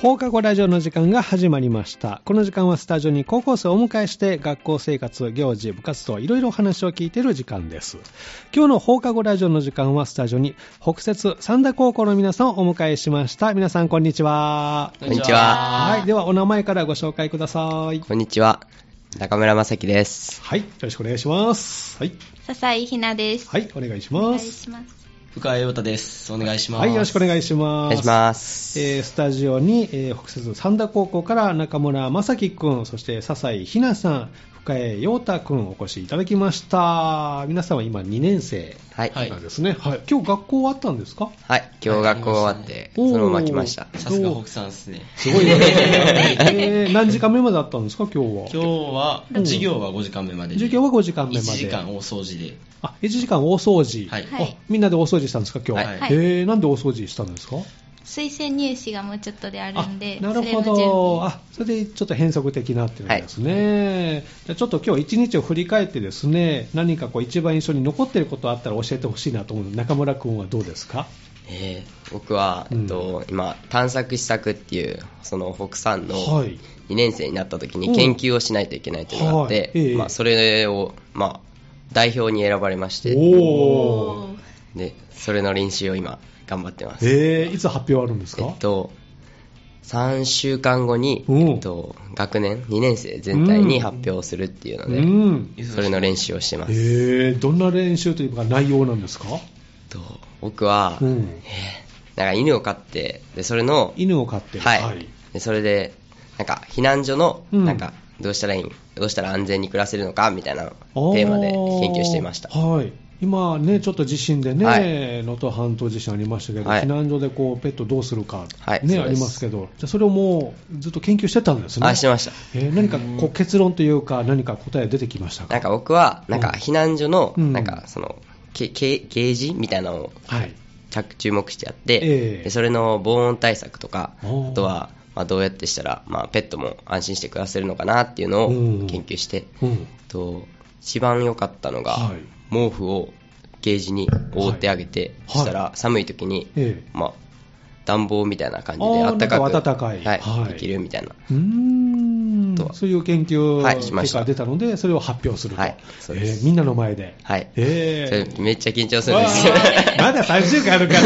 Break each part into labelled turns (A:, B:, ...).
A: 放課後ラジオの時間が始まりました。この時間はスタジオに高校生をお迎えして、学校生活、行事、部活動、いろいろお話を聞いている時間です。今日の放課後ラジオの時間は、スタジオに北節三田高校の皆さんをお迎えしました。皆さん、こんにちは。
B: こんにちは。
A: はい。では、お名前からご紹介ください。
B: こんにちは。中村正樹です。
A: はい。よろしくお願いします。はい。
C: 笹井ひなです。
A: はい。お願いし
C: お
A: ま
C: 願い
A: す。
C: します。
D: 深井陽太です。お願いします。
A: はい。よろしくお願いし
B: お
A: ま
B: 願い
A: す
B: し。ます。
A: えースタジオに、えー北摂三田高校から中村正樹くん、そして笹井ひなさん、深江陽太くんお越しいただきました。皆さんは今2年生
B: はい。は
D: はい
B: い。
A: なんですね。はい。今日学校終わったん ですか
B: 今日学校終わって、そのまま来ました。
D: さすが北さんですね。
A: すごいね、えー何時間目まであったんですか今日は。
D: 今日は、
A: うん
D: 授業は5時間目までで。
A: 授業は5時間目まで。
D: 1時間大掃除で。
A: あ、1時間大掃除。
D: はい
C: はい
A: あみんなで大掃除したんですか今日。
D: はい
C: はい
A: えー、なんで大掃除したんですか
C: 推薦入試がもうちょっとであるんで、
A: なるほ
C: それの準
A: ど
C: 備
A: あそれでちょっと変則的なっていうのですね、じゃあちょっと今日一日を振り返ってですね何かこう一番印象に残っていることあったら教えてほしいなと思うので中村君はどうですか
B: えー僕は、
A: うん
B: えっと今、探索試作っていう、その北山の
A: は
B: 2
A: い
B: 年生になった時
A: うん
B: に研究をしないといけないというのがあっ
A: はいええ
B: て、まあ、それを、まあ、代表に選ばれまして、
A: おー
C: おー
B: で、それの練習を今、頑張ってます。
A: えー、いつ発表あるんですか、
B: えっと、3週間後に、
A: うん
B: えっと、学年、2年生全体に発表するっていうの
A: う
B: で、
A: ん
D: 忙しい
B: それの練習をしてます。えっ
A: えー、どんな練習というか内容なんですか、
B: と、僕は、
A: うん、
B: なんか犬を飼って、で、それの、
A: 犬を飼って
B: はい、で、それで、なんか避難所の、
A: うん
B: なんか、どうしたらいいどうしたら安全に暮らせるのかみたいなテーマで研究していました。
A: はい今ね、ちょっと地震でね、
B: はい
A: 能登半島地震ありましたけど、
B: はい
A: 避難所でこうペットどうするか、
B: はい
A: ね、
B: そ
A: あ
B: うで
A: り
B: す
A: ますけど、じゃあそれをもうずっと研究してたんですね。
B: あ、してました。
A: えー何かこう結論というか、何か答え出てきましたか
B: なんか僕は、なんか避難所の、
A: うん
B: なんかその、けけゲージみたいなのを
A: はい、
B: 着注目してやって、
A: ええ
B: でそれの防音対策とか、
A: おー
B: あとは、まあ、どうやってしたら、まあ、ペットも安心して暮らせるのかなっていうのを
A: うん
B: 研究して、
A: うん
B: と一番良かったのが、
A: はい
B: 毛布をゲージに覆ってあげて、
A: はい
B: したら寒い時に、
A: ええ
B: まあ、暖房みたいな感じ
A: あー
B: で暖か
A: なん
B: く
A: か暖かい
B: はい
A: はい
B: できるみたいな
A: うーん
B: とは
A: そういう研究
B: はいしま
A: 結
B: し
A: 果
B: た
A: が出たので、それを発表すると、
B: はいそうで
A: え
B: す
A: ーみんなの前で、
B: はい、
A: えー
B: それめっちゃ緊張するんですよ
A: まだ3週間あるから、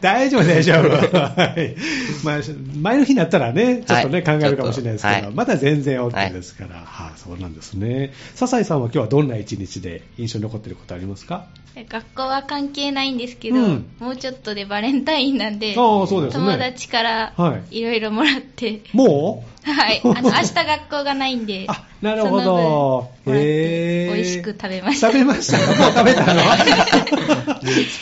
A: 大丈夫、大丈夫、はいまあ、前の日になったらね、ちょっとね、
B: はい
A: 考えるかもしれないですけど、
B: ちょっとはい
A: まだ全然 OK ですから、はいそうなんですね、笹井さんは今日はどんな一日で印象に残っていることありますか、
C: 学校は関係ないんですけど、
A: うん
C: もうちょっとでバレンタインなんで、
A: ああそうですね
C: 友達から
A: はい
C: いろいろもらって、
A: もう
C: はい、あの明日学校がないんで、
A: あなるほど、
C: その分もらって
A: へー
C: 美味しく食べました。
A: 食べま したもう食べたの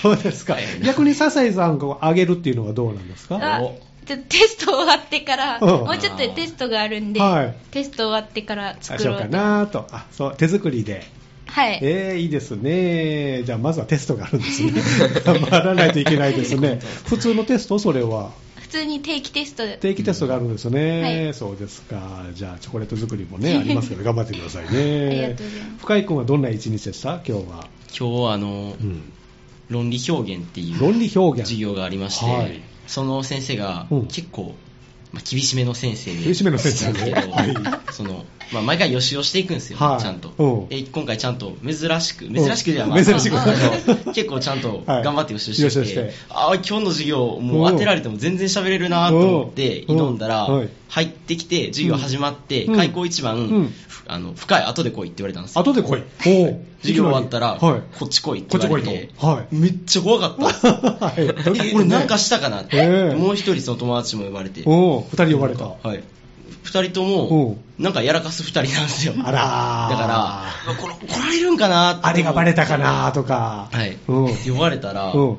A: そうですか、逆に笹井さんがあげるっていうのはどうなんですか
C: あ
D: お
C: ちょっとテスト終わってから、
A: うん
C: もうちょっとでテストがあるんで、
A: はい
C: テスト終わってから作
A: しよう
C: ろう
A: か
C: と。
A: なとあそう手作りで
C: はい。
A: えー、いいですね。じゃあ、まずはテストがあるんですね。 頑張らないといけないですね。普通のテストそれは。
C: 普通に定期テストで
A: 定期テストがあるんですね。
C: はい
A: そうですか。じゃあ、チョコレート作りも ね、ありますから、頑張ってくださいね。
C: ありがとうございます
A: 深井君はどんな一日でした今日は。
D: 今日は、あの、
A: うん
D: 論理表現っていう
A: 論理表現。
D: 授業がありまして、
A: はい
D: その先生が
A: うん
D: 結構、まあ、厳しめの先生で。
A: 厳しめの先生
D: なん
A: ね
D: ですけど、
A: は
D: その、まあ、毎回予習をしていくんですよ、
A: はい
D: ちゃん
A: うん
D: と。で、今回ちゃんと珍しく、珍しくでは
A: うん
D: まあ
A: 珍しく
D: あ の結構ちゃんと
A: はい
D: 頑張って予習してて、
A: 予習して
D: ああ、今日の授業、もう当てられても全然喋れるなと思って
A: うん
D: 挑んだら、
A: うんはい
D: 入ってきて、授業始まって、
A: うん
D: 開校一番、
A: うん
D: ふあの、深い後で来いって言われたんですよ。
A: 後で来い。おう
D: 授業終わったら、
A: いきなりはい。
D: こっち来いっ
A: こ
D: て
A: っち
D: 言
A: 来
D: わ
A: いと
D: れて、。
A: は
D: めっちゃ怖かったんですよ。
A: い。 はい
D: え俺なんかしたかなって、
A: ええ
D: もう一人その友達も呼ばれて、
A: おう二人呼ばれた。
D: はい、二人ともなんかやらかす二人なんですよ
A: あ
D: だから
A: ー
D: らうわこら来られるんかなって
A: あれがバレたかなとか。
D: はい
A: うん。
D: 呼ばれたら、
A: うん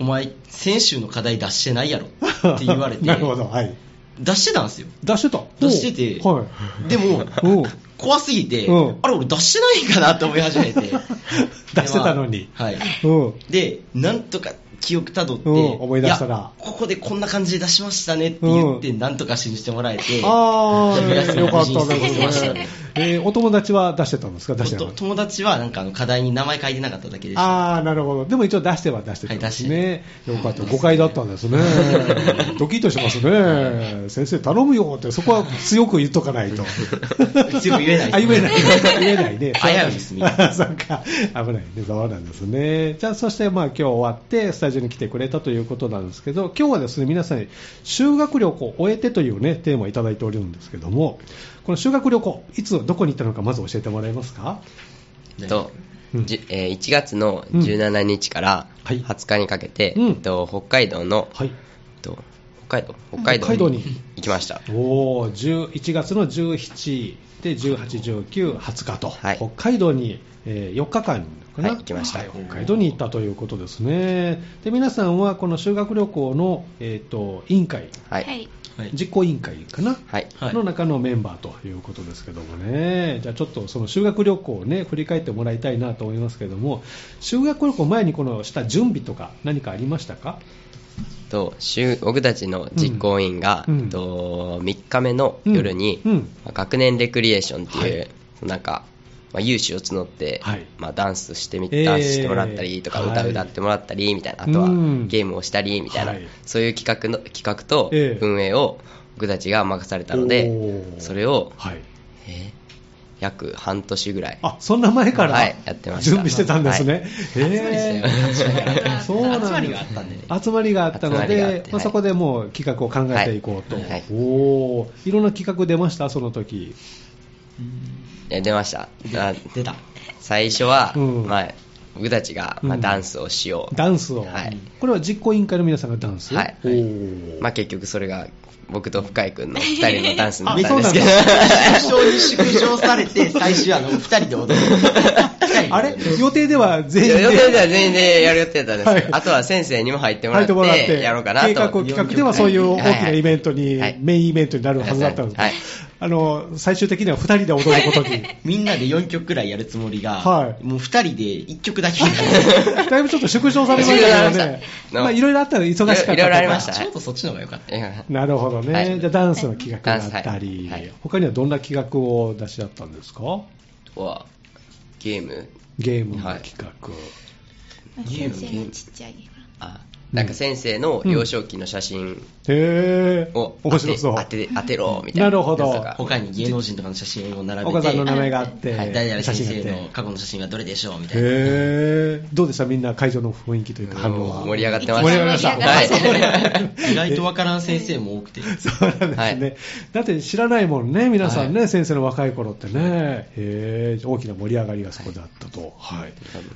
D: お前先週の課題出してないやろって言われ て
A: なるほど。はい。
D: 出してたんですよ
A: 出してた
D: 出してて、
A: はい。
D: でも
A: うん
D: 怖すぎて、
A: うん
D: あれ俺出してないんかなって思い始め て
A: 出してたのに
D: でまあはい
A: うん。
D: で、なんとか記憶たどって、
A: うん思い出したら
D: やここでこんな感じで出しましたねって言って、
A: うん
D: なんとか信じてもらえて、
A: ああ、
D: 昼休み
A: よかった
D: 無事に過ごせました
A: ね。えーお友達は出してたんですか出してなか
E: と
A: った
E: 友達はなんかあの課題に名前書いてなかっただけでした。
A: ああ、なるほど。でも一応出しては出してたんですね。
E: はい出して
A: よかった。誤解だったんですね。ドキッとしますね。先生頼むよって、そこは強く言っとかないと。
E: 強く言えないですね
A: あ、言えない。言えないね。
E: 危ういですね
A: あそうか。危ないね。そうなんですね。じゃあ、そしてまあ今日終わって、スタジオに来てくれたということなんですけど、今日はですね、皆さんに修学旅行を終えてというね、テーマをいただいておるんですけども、この修学旅行、いつどこに行ったのかまず教えてもらえますか
B: えっと
A: うん
B: じゅえー1月の17日から
A: はい
B: 20日にかけて、
A: うん
B: えっと北海道の、
A: はい。
B: えっと北海道北海道に
A: 北海道に
B: 行きました。
A: おお1月の17で181920日と、
B: はい
A: 北海道に、え4日間かな、
B: はい行きました
A: はい北海道に行ったということですねで皆さんはこの修学旅行の、えー、と委員会
B: はい、
E: はい
A: 実行委員会かな、
B: はい
E: はい
A: の中のメンバーということですけどもね、じゃあちょっとその修学旅行をね、振り返ってもらいたいなと思いますけども、修学旅行前にこのした準備とか、何かありましたか
B: と週僕たちの実行委員が、
A: うん
B: えっと3日目の夜に、
A: うんうん
B: まあ学年レクリエーションっていう、
A: はい
B: なんか、まあ、有志を募って、
A: はい
B: まあ、ダンスしてみた、
A: えー
B: してもらったりとか、
A: はい
B: 歌歌ってもらったりみたいなあとは
A: うん
B: ゲームをしたりみたいな、
A: はい
B: そういう企画の企画と
A: ええ
B: 運営を僕たちが任されたので、
A: おー
B: それを、
A: はい
B: えー約半年ぐらい
A: あそんな前から、
B: はいやってました
A: 準備してたんですね、
B: はい
A: へー
B: 集まりした
C: よ
A: そうなんで
E: 集
A: す
E: まりがあったんでね
A: 集まりがあったの
B: 集まりがあ
A: で
B: っ、て
A: まあ、
B: はい
A: そこでもう企画を考えていこうと、
B: はいはい
A: おーいろんな企画出ましたその時
B: え出ましたあ
E: 出た。
B: 最初は、
A: うん
B: まあ、僕たちが、まあ、
A: うん
B: ダンスをしよう、
A: ダンスを、
B: はい
A: これは実行委員会の皆さんがダンス、
B: はい
A: おー
B: まあ、結局それが僕と深井君の2人のダンスになっ
A: あそ
B: たん
A: う
B: で
A: な
B: す
A: ん
B: け
A: だ
B: ど
E: 一緒に縮小されて、最終あの、二人で踊る。二人で
A: あれ予定では全員
B: 予
A: で
B: 定では全員でやる予定だったんですけど、
A: はい
B: あとは先生にも入ってもら
A: 入
B: っ
A: ってもらって
B: て、やろうかなと。
A: 計画を企画ではそういう大きなイベントに、
B: はい
A: メインイベントになるはずだったんです、
B: はい
A: あの最終的には2人で踊ることに。
E: みんなで4曲くらいやるつもりが、
A: はい
E: もう二人で1曲 だけ。
A: だいぶちょっと縮小されましたけど
B: 縮小され
A: ね
B: ま、した
A: まあ、いろいろあったら忙しかったとか
B: いろいろありました
E: ちょっとそっちの方が良かった。
A: なるほどね、
B: はい
A: じゃあダンスの企画だったり、
B: ダンスはいはい
A: 他にはどんな企画を出し合ったんですか、
B: あとは、ゲーム。
A: ゲームの企画、
C: 先生のちっちゃい
B: あなんか先生の幼少期の写真
A: へー
B: を、当
A: 面
B: て
A: 白そう、
B: 当て当てろみたいな。
A: なるほど
B: やつとか
E: 他に芸能人とかの写真を並べて、
A: 岡さんの名前があって、
E: はい、誰々先生
A: があっ
E: の過去の写真がどれでしょうみ
A: て
E: たいな。
A: へーどうでした、みんな会場の雰囲気というか、反応は。
B: 盛り上がってま
A: 盛
B: し
A: り
B: た。
A: 上がりました。
B: はい。
E: 意外とわからん先生も多くて。
A: そうなんですね、
B: はい
A: だって知らないもんね、皆さんね、先生の若い頃ってね、へー大きな盛り上がりがそこだったと、はい、
B: 多分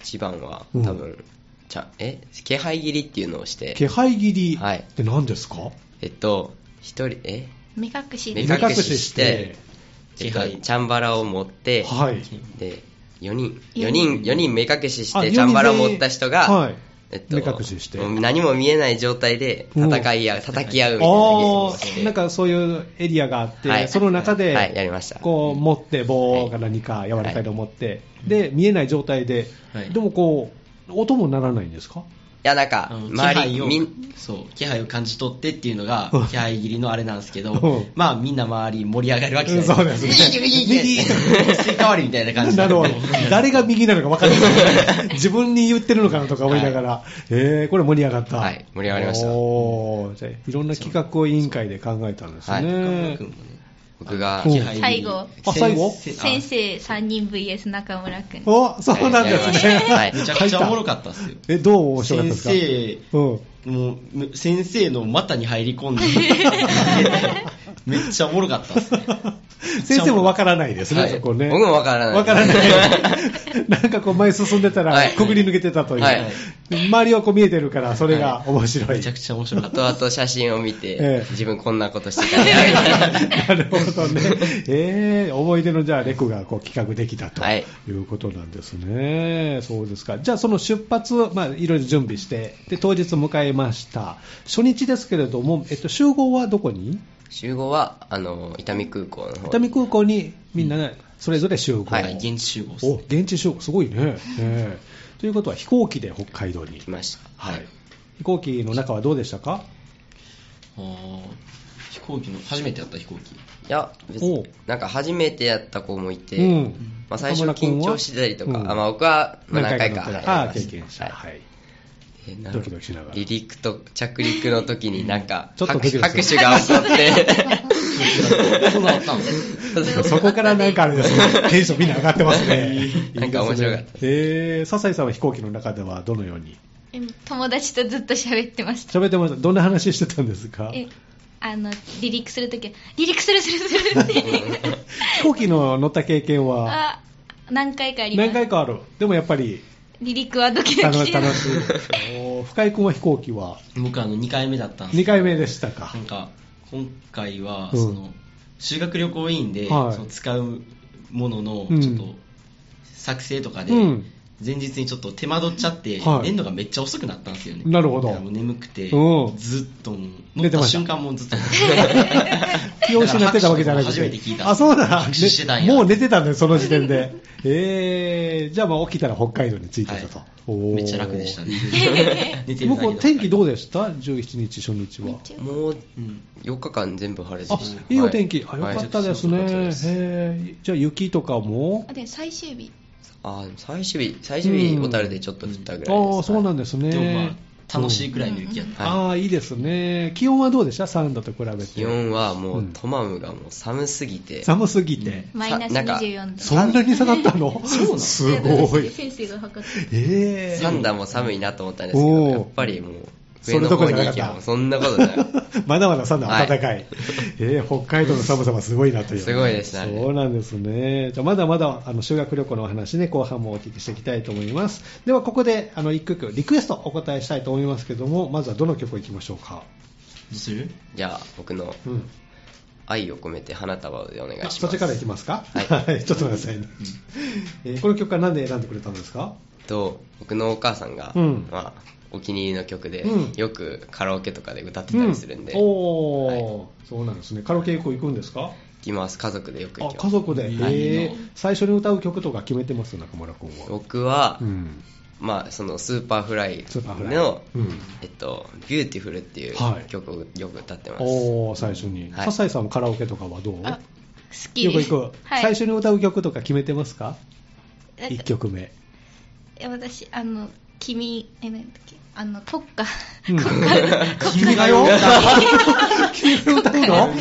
B: 一番は
A: うん
B: 多分、ちゃえ気配切りっていうのをして
A: 気配切り
B: はい
A: って何ですか、
B: えっと一人え
C: 目隠し
B: 目
C: で
B: 隠
C: す
B: ししてえっと
E: 気配
B: チャンバラを持って、
A: はい、
B: で4人
C: 四
B: 4人
C: 人
B: 四人目隠しし
A: あ
B: てチャンバラを持った人が、
A: はい
B: えっと、
A: 目隠しして
B: もう何も見えない状態で戦い合う、叩き合うみたいなゲームを
A: あ
B: し
A: ー
B: て
A: なんかそういうエリアがあって、
B: はい
A: その中で、
B: はいやりました
A: こう持って、棒が何か柔らかいのを持って、で見えない状態で、
E: はい
A: でもこう、音も鳴らないんですか、
B: いやなんか
E: あの気
B: 周
E: 配
B: り
E: を
B: みん
E: そう気配を感じ取ってっていうのが
A: うん
E: 気配切りのあれなんですけ
A: う
E: ど
A: ん、
E: まあみんな周り盛り上がるわけじゃない
A: そうですね
E: 右右右右 スイカ割りみたいな感じ
A: なるほど誰が右なのか分からない、自分に言ってるのかなとか思いながら、えーこれ盛り上がった、
B: はい盛り上がりました
A: おーじゃあいろんな企画を委員会で考えたんです
B: はい
A: ね。
B: 僕が
A: うん
E: 気配切り
C: 最後
A: あ最後
E: 先生
C: 先生3人 VS 中村くん
A: おそうなんですね、
B: は
E: あ
B: い
E: めちゃくちゃおもろかったっすよ
A: えどう面白かったですか
E: 先
A: うん
E: 生もうむ先生の股に入り込ん でめっちゃおもろかったっすね
A: 先生もわからないですね、
B: はい
A: そこね。
B: 僕もわからない
A: わから ない。 なんかこう前進んでた
B: は
A: ら、
B: い
A: くぐり抜けてたという。
B: はい
A: 周りはこう見えてるから、それが面白い
E: めち。ゃくちゃ面白かっ
B: 後々写真を見て、
A: ええ
B: 自分こんなことしてたんだ
A: なるほどね。えー思い出のじゃあ、レクがこう企画できたと
B: はい
A: いうことなんですね。そうですか。じゃあ、その出発、まあ、いろいろ準備して、で、当日迎えました。初日ですけれども、えっと、集合はどこに
B: 集合はあの伊丹空港の方
A: 伊丹空港にみんなね、それぞれ集合。
B: は
E: た
B: い
E: 現地集合っす
A: お
E: ね
A: 現地集合、すごいね。 ねえということは飛行機で北海道に
B: 行き、ました
A: はい、飛行機の中はどうでしたか、
E: あー
D: 飛行機の初めてやった飛行機
B: いや別
A: おう
B: になんか初めてやった子もいて、
A: うん
B: まあ、最初緊張してたりとか、
A: 中村君は
B: あまあ、僕はまあ
A: 何
B: 何
A: 回
B: 回
A: か
B: か
A: 乗ってたあ
B: はい
A: ー経験者
B: はい
A: はい
B: えーなん
A: ドキドキしながら
B: 離陸と着陸の時になんか
A: ちょっとドキ
B: 拍
A: ドキする
B: 拍手が起こって
D: そんなのあった の
A: そこからなんかあれです ね、テンションみんな上がってますね。
B: なんか面白か
A: いいで
B: った
A: すね。えー、笹井さんは飛行機の中ではどのように
C: え友達とずっと喋ってました。
A: 喋ってました。どんな話してたんですか
C: えあの、離陸するときは、離陸するするするって言いながら。
A: 飛行機の乗った経験は
C: あ、何回かあります。
A: 何回かある。でもやっぱり
C: 離陸はドキド
A: 楽
C: キ
A: し
C: し
A: い。
C: ま
A: 楽
C: す
A: しい。おー深井君は飛行機は
D: 僕あの2回目だったんです
A: 2回目でしたか
D: な。んか今回は
A: うん
D: その修学旅行委員で
A: はい
D: その使うものの
A: うん
D: ちょっと作成とかで
A: うん
D: 前日にちょっと手間取っちゃって
A: はい
D: 寝るのがめっちゃ遅くなったんですよね
A: なるほど
D: だからもう眠くて
A: うん
D: ずっともう乗
A: 寝
D: って
A: ま
D: た
A: した
D: 瞬間もず っと
A: 気を失ってたわけじゃなくて。
D: 初めて聞いた
A: あ、そうだ。
D: 拍手してたん
A: ね
D: や
A: もう寝てたんだよ、その時点で。えー、じゃあまあ起きたら北海道に着いてたと。
D: はい
A: おー
D: めっちゃ楽でしたね寝てる
A: 向
D: だけ
A: こ
D: だ
A: う天気どうでした17日初日は
B: もう
D: うん
B: 4日間全部晴れて
A: あ
B: ました
A: いいお天気、
B: はい
A: あよかったです
D: はい
A: ね、
D: め
A: へ
D: ちゃくちゃ
A: えじゃあ雪とかも
C: あで最終日
B: あー最終日最終日
A: うん
B: 小樽でちょっと降ったぐらいです、
A: ああそうなん
B: で
A: です
D: でもま
A: ね、
D: あ楽しいくらいの雪やっ
B: はい
A: ああいいですね、気温はどうでした、3度と比べて、
B: 気温はもう、
A: うん
B: トマムがもう寒すぎて
A: 寒すぎて、
C: マイナス
B: なんか
C: 24度
A: そんなに下がったの、すごい、
C: 先生が測って
A: え
B: サン
A: ー、
B: ダーも寒いなと思ったんですけど
A: おー
B: やっぱりもう上の方に行けば
A: そ
B: そんなことじゃなかっ
A: まだまだ3度、
B: はい
A: 暖かい、えー北海道の寒さはすごいなという、
B: すごいですねあれ
A: そうなんですね、じゃあまだまだあの修学旅行のお話ね、後半もお聞きしていきたいと思います、ではここであの1曲、リクエストお答えしたいと思いますけども、まずはどの曲いきましょうか。
D: する
B: じゃあ僕の
A: うん
B: 愛を込めて花束でお願いします
A: そっちからいきますか、は、
B: はい
A: ちょっと待ってくださいね、えーこの曲は何で選んでくれたんですか
B: と僕のお母さんが、
A: うん
B: まあ、お気に入りの曲で、
A: うん
B: よくカラオケとかで歌ってたりするんで、
A: うおーそうなんですねカラオケよく行くんですか
B: 行きます家族でよく行
A: あ
B: きます
A: 家族で、
D: いい
A: え
D: な
A: ー最初に歌う曲とか決めてます中村君は、
B: 僕は、
A: うん、
B: まあ、そのスーパーフライ
A: スーパーフライ
B: の
A: うん
B: 「えっと、ビューティフル」ってい
A: はいう
B: 曲をよく歌ってます、
A: おー最初に、
B: はい
A: 笹井さんもカラオケとかはどう
C: あ
A: よ
C: 好
A: く
C: きです
A: 行く、
C: はい、
A: 最初に歌う曲とか決めてますか
C: なんか
A: 1曲 目
C: え私あの君えなんだっけあの国歌、
A: うん
C: 国歌
A: 君が よ君が歌うの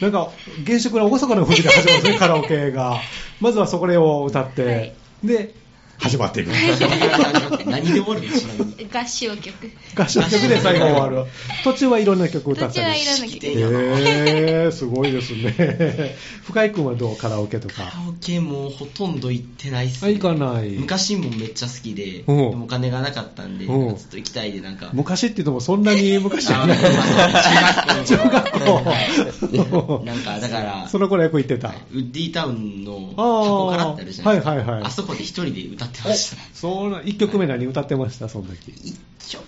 A: なんか、原色の厳かな動きで始まるんですね、カラオケが。まずはそこれを歌って、
C: はい
A: で、始まっていく。
D: 何で終わるのちなみに
C: 合唱曲
A: 合唱曲で最後終わ る。途中はいろんな曲
C: どっ
A: 歌っ
C: ち
A: た
C: は
A: り
C: い
A: し
C: らな
A: て。
C: い
D: て
C: け
D: いろんな
A: へー、すごいですね。深井君はどうカラオケと
D: カラ
A: か。
D: オケもほとんど行ってないっす
A: あ、
D: ね
A: 行かない。
D: 昔もめっちゃ好きで、で
A: うん
D: もお金がなかったんで、
A: うん
D: なんかずっと行きたいで、なんか、
A: 昔って言ってもそんなに昔じゃない。
D: あの
A: 中
D: 中学校
A: 学校。
D: なんかだから
A: その頃よく行ってた。
D: ウッディタウンの
A: あー
D: 箱からってあるじゃないですか、
A: はいはいはい
D: あそこで一人で歌ってました。
A: そうな、1曲目何歌ってました、その時。
D: 一曲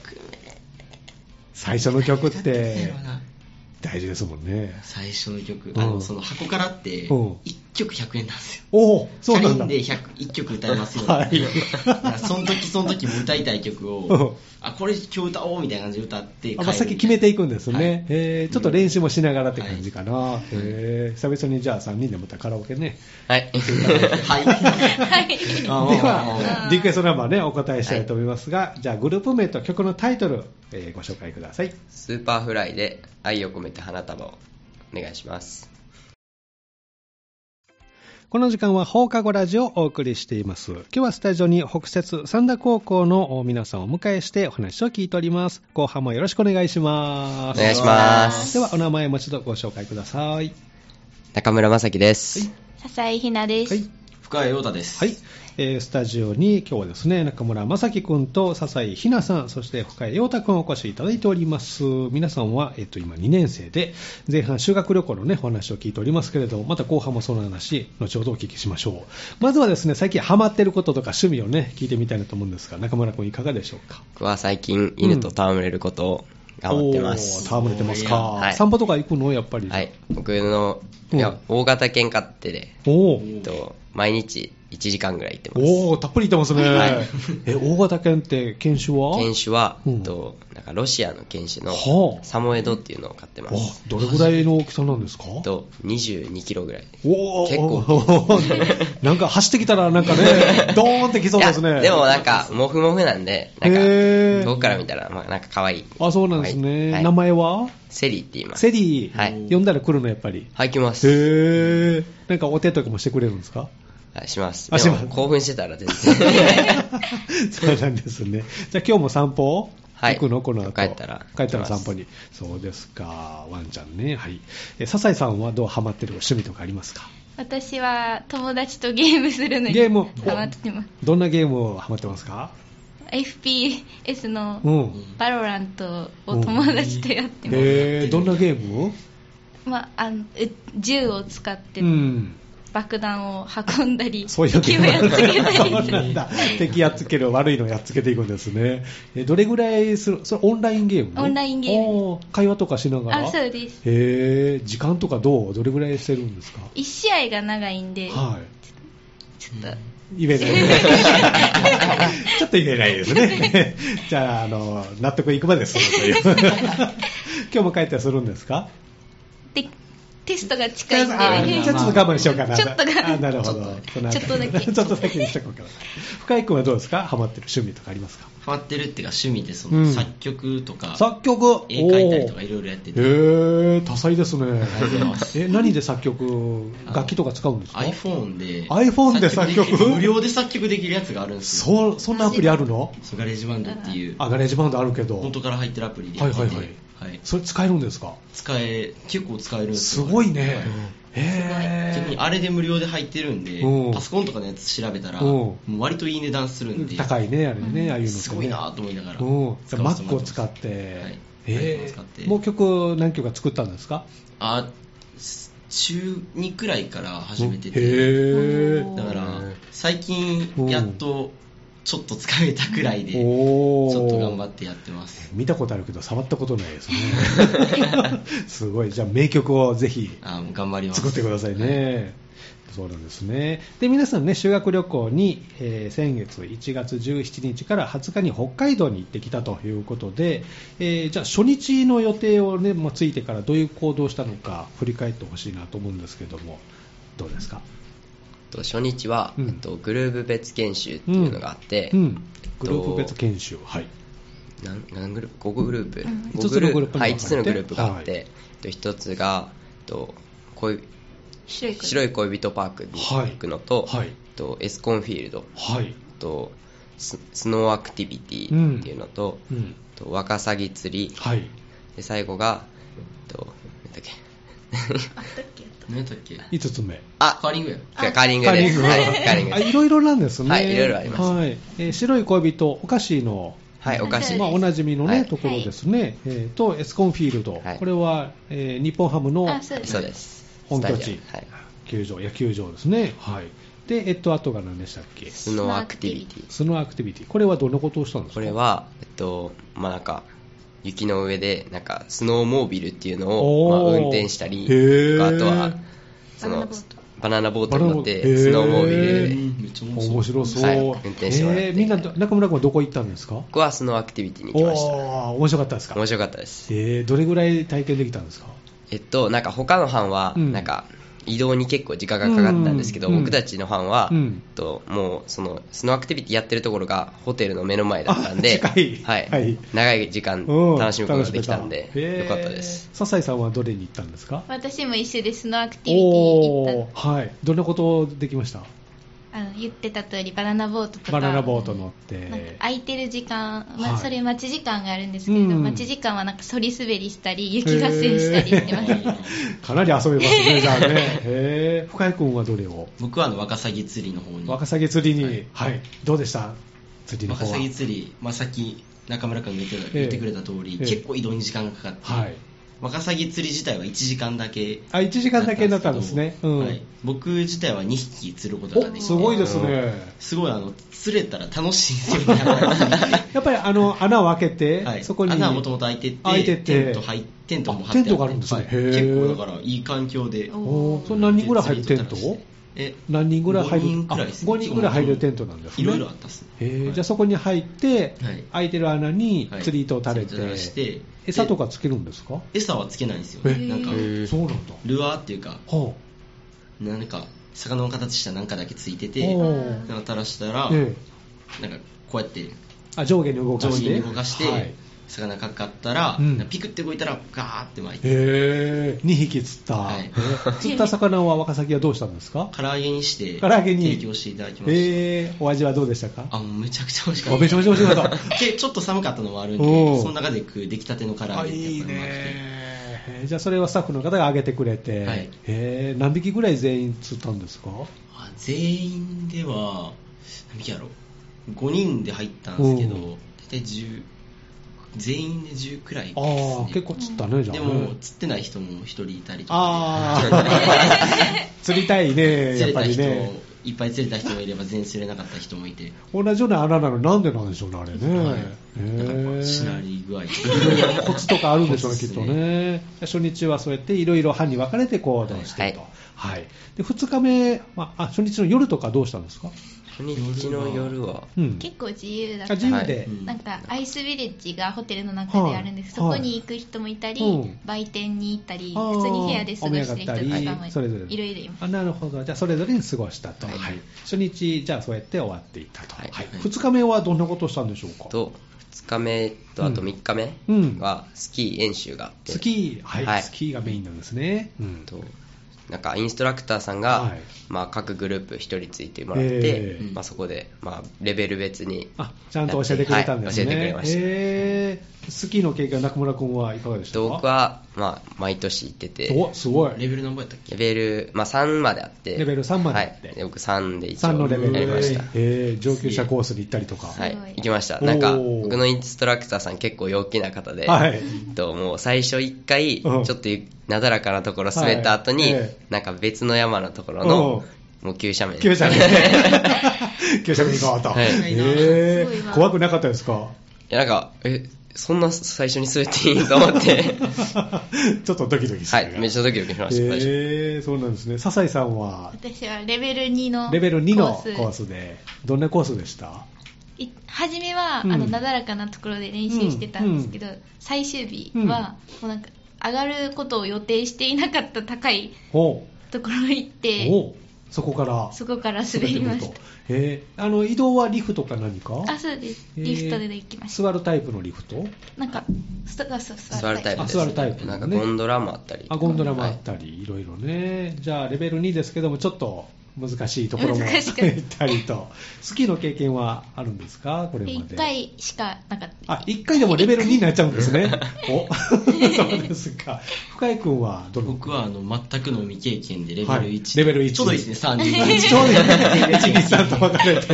A: 最初の曲っ
D: 目
A: て
D: やろ。な
A: 大事ですもんね。
D: 最初の曲、
A: うん
D: あのその箱からって、
A: うん
D: 一曲100円なんですよ。
A: おお、
D: チ
A: そう
D: ャ
A: な
D: リ
A: ん
D: ン
A: だ。
D: で100 1曲歌いますよ、
A: はい
D: だからその時その時も歌いたい曲
A: うん
D: を、あこれ今日歌おうみたいな感じで歌って帰る
A: あまあ、先決めていくんですね、
D: はい
A: えーちょっと練習もしながらって感じかな、えー久々にじゃあ3人でまたカラオケね、
B: はい
D: はい。
C: はい
A: で
D: あー
A: は
D: あー
A: リクエストナンバーねお答えしたいと思いますが、じゃあグループ名と曲のタイトル、えーご紹介ください
B: スーパーフライで愛を込めて花束をお願いします
A: この時間は放課後ラジオをお送りしています。今日はスタジオに北節三田高校の皆さんをお迎えしてお話を聞いております。後半もよろしくお願いしま
B: お
A: す。
B: 願いしま
C: お願いします
A: ではお名前もう一度ご紹介ください。
B: 中村雅樹です、
C: 笹井ひなです、
A: はい
D: 深谷陽太です。
A: はい、えースタジオに今日はですね中村雅樹君と笹井ひなさんそして深井陽太君お越しいただいております皆さんは、えっと今2年生で前半修学旅行のねお話を聞いておりますけれどまた後半もその話後ほどお聞きしましょうまずはですね最近ハマってることとか趣味をね聞いてみたいなと思うんですが中村君いかがでしょうか
B: 僕は最近犬と戯れることを頑張ってます、
A: おー戯れてますか、
B: はい
A: 散歩とか行くのやっぱり
B: はい僕の、
A: うん
B: いや大型犬飼ってで、
A: おお
B: えっと、毎日1 1時間ぐらい行ってます。
A: おおたっぷりいってますね。
B: はい
A: え、大型犬って犬種は
B: 犬種は、
A: うん
B: えっと、なんかロシアの犬種
A: は
B: の
A: あ
B: サモエドっていうのを飼ってます。
A: あどれぐらいの大きさなんですか
B: えっと、22キロぐらい。
A: おお
B: 結構
A: なんか走ってきたらなんか ね、ドーンってきそうです
B: い
A: ね。
B: やでもなんか、モフモフなんで、なんか、
A: へー
B: 遠くから見たら、まあ、なんか可愛い。
A: あ、そうなんですね。
B: はい
A: 名前は
B: セリって言います。
A: セリー。
B: はい
A: 呼んだら来るの、やっぱり。
B: はい、来ます。
A: へえ。なんかお手とかもしてくれるんです か
B: はいします。
A: あ
B: でも
A: します
B: 興奮してたら全然。
A: そうなんですね。じゃあ今日も散歩
B: はい
A: 行くのこの後。
B: 帰ったら
A: 帰ったら散歩に。そうですか。ワンちゃんね。はい。え、笹井さんはどうハマってる趣味とかありますか
C: 私は友達とゲームするのに
A: ゲームを
C: ハマってます。
A: どんなゲームをハマってますか
C: FPS の
A: うん。
C: バロラントを友達とやってます。
A: えー、どんなゲーム
C: まあ、あのう銃を使って
A: うん。
C: 爆弾を運んだり、
A: そういう
C: 敵をやっつけたり
A: そう なんだ敵やっつける、悪いのやっつけていくんですね。えどれぐらいする、それオンラインゲーム
C: オンラインゲーム
A: お会話とかしながら
C: あそうです
A: へー時間とかどうどれぐらいしてるんですか
C: 1試合が長いんで、
A: はい。
C: ちょっと
A: 言 えない。ちょっと言えないですね。 じゃあ、あの、納得いくまで進むという。今日も帰ったりするんですか
C: でテストが近いんで、
A: あーじゃあちょっと我慢しようかな。
C: ちょっと我慢
A: あーなるほど。そのあたり
C: ちょっとだけ
A: ちょっと先にしとこうかな。深井君はどうですかハマってる趣味とかありますか
D: ハマってるっていうか趣味でそ
A: うん
D: の作曲とか、
A: 作曲
D: 絵描いたりとかいろいろやってて
A: おーへー多彩ですね
D: りがとうございます
A: え何で作曲楽器とか使うんですか
D: iPhone で
A: iPhone で作曲
D: できる無料で作曲できるやつがあるんですよ
A: そうそんなアプリあるの
D: そうガレージバンドっていう
A: あガレージバンドあるけど
D: 本当から入ってるアプリでやってて、
A: はいはいはい
D: はい
A: それ使えるんですか
D: 使え結構使えるんです
A: す
D: よ
A: ごいね
D: はい逆に
A: へ
D: あれで無料で入ってるんで
A: うん
D: パソコンとかのやつ調べたら
A: うん
D: もう割といい値段するんで
A: ー高いねあれねああいうのってね
D: すごいなと思いながら
A: うん
D: 使わせ
A: Mac
D: てもら
A: を
D: ます
A: 使って
D: はい
A: へ
D: iPhone
A: ー
D: を使って
A: もう曲何曲か作ったんですか
D: あす週2くらいから始めて
A: へ
D: て
A: ー
D: だから最近やっとちょっと使えたくらいでちょ
A: おー
D: っと頑張ってやってます
A: 見たことあるけど触ったことないです ねすごいじゃあ名曲をぜひ
D: あもう頑張ります
A: 作ってくださいね。そうなんですね。で、皆さんね、修学旅行に、えー先月1月17日から20日に北海道に行ってきたということで、えーじゃあ初日の予定をね、もうついてからどういう行動をしたのか振り返ってほしいなと思うんですけども、どうですか
B: えっと初日は、
A: うん
B: えっとグループ別研修っていうのがあって、
A: うん。グループ別研修。はい。
B: 何何グループ5グループ、
C: うん
B: 五グループ
A: 五つのグループに分かれて
B: はい5つのグループがあって、
A: はい
B: えっと1つが、えっと恋
C: 白い子
B: 白い恋人パークに行くのと,、
A: はい
B: えっとエスコンフィールド、
A: はい。
B: えっとススノーアクティビティっていうのと,、
A: うん。
B: えっとワカサギ釣り
A: はい。
B: で最後が、えっと、なん だっけ
D: 何やったっけ
A: 5つ目。
B: あ
D: カーリングや
B: カーリングです
A: カーリン
B: は
A: グ
B: いカーリング
A: あ
B: で
A: い
B: す
A: ろいろなんですね。
B: はいいろいろあります
A: はい。えー白い恋人、お菓子の
B: はいお菓子
C: そうです
A: まあ、おなじみの、ね
B: はい
A: ところですね、えーとエスコンフィールド、
B: はい
A: これは、えー日本ハムの
C: あそうです
B: そうです
A: 本拠地
B: スタジアムはい
A: 球場、野球場ですね、はい、でえっとあとが何でしたっけ、
B: スノーアクティビティ
A: スノーアクティビティ、これはどんなことをしたんですか
B: これは、えっと、まあ、なんか、雪の上で、なんか、スノーモービルっていうのを、まあ
A: おー
B: 運転したり、
A: へー
B: あとは、そ
C: バナナ
B: の
C: ボート、
B: バナナボートに乗って
A: バナナボー、ト
B: スノーモービル
A: へ
B: で、
D: めっちゃ面白い
A: 面白そう、
B: はい運転してもらって
A: えーみんな、中村君はどこ行ったんですか
B: 僕はスノーアクティビティに行き
A: お
B: ました。
A: ー面白かったですか
B: 面白かったです。
A: えーどれぐらい体験できたんですか
B: えっと、なんか、他の班は、
A: うん
B: なんか、移動に結構時間がかかったんですけど、
A: うん
B: 僕たちの班は、
A: うん
B: えっともうそのスノーアクティビティやってるところがホテルの目の前だったんで、
A: あ近い
B: はい
A: はい
B: 長い時間
A: うん
B: 楽しむことができたんで
A: 楽し、めた
B: よかったです。
A: えー笹井さんはどれに行ったんですか
C: 私も一緒でスノーアクティビティに行
A: お
C: っ
A: ーはいどんなことできました
C: たあの言ってた通りバナナボートとか
A: バナナボート乗っ
C: なんか
A: て
C: 空いてる時間、まあ
A: はい
C: それ待ち時間があるんですけれど、
A: うん
C: 待ち時間はなんかそり滑りしたり雪合戦したりしてます、
A: かなり遊べますね、じゃあね。へー深井君はどれを
D: 僕はあのワカサギ釣りの方に
A: ワ
D: ワ
A: カ
D: カ
A: サギ釣りに、はい、どうでした釣りの方は。
D: サギ釣り、まあ、さっき中村君が言ってた
A: ええ
D: 言ってくれた通り、
A: ええ
D: 結構移動に時間がかかって、
A: はい。
D: ワカサギ釣り自体は1時間だけ
A: あ、1時間だけになったんですね。うん。
D: はい、僕自体は2匹釣ることが
A: お、
D: できて
A: すごいですね。
D: すごいあの釣れたら楽しいですよね は
A: やっぱりあの、穴を開けて、
D: い
A: そこに。
D: 穴はもともと開いてて
A: 開いてて
D: テント入テントも張って
A: あテントがあるんですね
D: はい
A: へー
D: 結構だからいい環境で
C: お
A: おーそれ何人ぐらい入るテント
D: 釣りと楽しえ
A: 何人ぐらい入る
D: 5人くらいですね
A: 5人ぐらい入れるテントなんですね
D: いろいろあったっすね
A: へー
D: はい
A: じゃあそこに入って、
D: はい
A: 空いてる穴に
D: はい
A: 釣り糸を垂れ
D: 釣り
A: て、
D: 糸を垂らして
A: 餌とかつけるんですか
D: 餌はつけないんですよ
A: え
D: なんか
C: へ
A: そうなんだ
D: ルアーっていうか
A: は
D: なんか魚の形したなんかだけついて
A: あ
D: て
A: ほ
C: う
D: なんか垂らしたら、
A: うえ
D: なんかこうやって
A: えあ上下に動か
D: 上
A: して
D: 下に動かして、
A: はい、へ
D: 魚かかったら、
A: うん
D: なんかピクって動いたらガーって巻いて、
A: え2匹釣った、
D: はい
A: ええ釣った魚は若崎はどうしたんですか
D: 唐揚げにして
A: 唐揚げに
D: 提供していただきました、
A: ええお味はどうでしたか
D: あもうめちゃくちゃ美味しか
A: あ
D: っ
A: めちゃめちゃ美味しかった
D: たでちょっと寒かったのもあるん
A: おう
D: でその中で食う出来たての唐揚
A: あ
D: げって
A: い
D: や
A: い
D: っぱりうまくて
A: ねじゃあそれはスタッフの方が上げてくれて、
D: はい
A: えー何匹ぐらい全員釣ったんですか
D: あ全員では何匹やろう5人で入ったんですけど
A: おう
D: 大体10全員で10くらいです
A: ああ
D: ね
A: 結構釣ったねじゃあね
D: でも釣ってない人も1人いたりとか
A: ああ釣りたい
D: で
A: ねや
D: 釣
A: っ
D: れ
A: ぱ
D: た
A: り
D: 人
A: ね
D: いっぱい釣れた人もいれば全然釣れなかった人もいて、
A: 同じような穴なのなんでなんでしょうねあれね、
D: はい
A: え
D: なんか
A: ー
D: しなり具合とか
A: コツとかあるんでしょうね、
D: コ
A: き
D: ツ
A: っ
D: っす
A: と
D: ね
A: ね。初日はそうやっていろいろ班に分かれて行動してると。はい。で、2日目、まあ、あ初日の夜とかどうしたんですか
B: 初日の夜は、
A: うん。
C: 結構自由だ
A: あ
C: から
A: 自由で、
D: はい
C: なんかアイスビレッジがホテルの中であるんです、
A: はい
C: そこに行く人もいたり、
A: うん
C: 売店に行ったり
A: あー
C: 普通に部屋で過ごしてる人とか
A: お
C: も
A: 部屋があったりそれぞれ
C: いろいろいます
A: あなるほど、じゃあそれぞれに過ごしたと、はい初日、じゃあそうやって終わっていったと、は
B: はいい
A: 2日目はどんなことをしたんでしょうか、
B: と2日目とあと3日目
A: うん
B: はスキー演習があって、
A: スキー、はい
B: はい
A: スキーがメインなんですね、うん
B: となんかインストラクターさんが、
A: はい
B: まあ、各グループ1人ついてもらって、
A: え
D: ー
B: まあ、そこで、まあ、レベル別に
A: あちゃんと教えてくれたんですね、
B: はい教えてくれました
A: えースキーの経験、中村君はいかがでしたか
B: 僕は、まあ、毎年行ってて
A: おす ご
D: レ
A: い、
D: ベル何ぼやったっ
B: レ
D: け
B: ベル、まあ、3まであって
A: レベル3まであって
B: はい、で僕3で一
A: 3のレベ
B: 応
A: ル
B: やりました
A: えー上級者コースに行ったりとか、
B: は
C: す
B: い
C: ごい、
B: 行きました
A: おー
B: なんか僕のインストラクターさん結構陽気な方で、
A: はい
B: ともう最初1回ち
A: う
B: ょ
A: ん
B: っとなだらかなところ滑った後に、
A: はいえ
B: なんか別の山のところのもう急斜面
A: 急斜面 急斜面に変わった、
B: はい
A: え
C: すごい
A: ー
C: な
A: 怖くなかったですか
B: いやなんかえそんな最初に滑っていいと思って
A: ちょっとドキドキす
B: は
A: る。
B: いめっちゃドキドキしました、最初
A: えー、そうなんですね。笹井さんは、
C: 私はレベル2の
A: レベル2のコ
C: コース
A: ースで、どんなコースでした
C: い初めは、
A: うん
C: あのなだらかなところで練習してたんですけど、最終日は、もうなんか上がることを予定していなかった高い
A: おう
C: ところに行って
A: おうそこから
C: そこから滑りま
A: 滑っ
C: し
A: て
C: た
A: くるとえーあの、移動はリフトか何か
C: あそうです
A: えー
C: リフトで行きました、
A: 座るタイプのリフト
C: なんかスタそうそう
B: 座るタイプです
A: あ座るタイプ
B: なんかゴンドラもあったり
A: あ、ゴンドラもあったり、い、ろいろね。じゃあ、レベル2ですけども、ちょっと難しいところも
C: 難しかった
A: 行ったりと。スキーの経験はあるんですかこれまで。
C: 1回しかなかった
A: あ、一回でもレベル2になっちゃうんです ね。お、 そうですか。深井君はどの
D: 僕はあの全くの未経験でレベル1、
A: はいレベル一
D: ちょうどいいですね3人
A: ちょうど1、2、3と 分かれて、